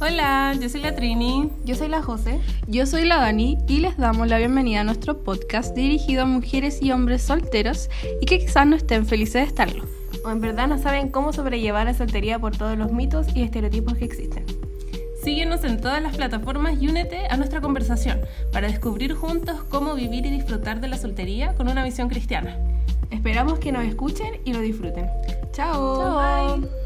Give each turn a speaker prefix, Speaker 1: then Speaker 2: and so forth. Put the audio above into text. Speaker 1: Hola, yo soy la Trini.
Speaker 2: Yo soy la José.
Speaker 3: Yo soy la Dani y les damos la bienvenida a nuestro podcast dirigido a mujeres y hombres solteros y que quizás no estén felices de estarlo.
Speaker 2: O en verdad no saben cómo sobrellevar la soltería por todos los mitos y estereotipos que existen.
Speaker 1: Síguenos en todas las plataformas y únete a nuestra conversación para descubrir juntos cómo vivir y disfrutar de la soltería con una visión cristiana.
Speaker 2: Esperamos que nos escuchen y lo disfruten.
Speaker 3: Chao.
Speaker 2: Bye.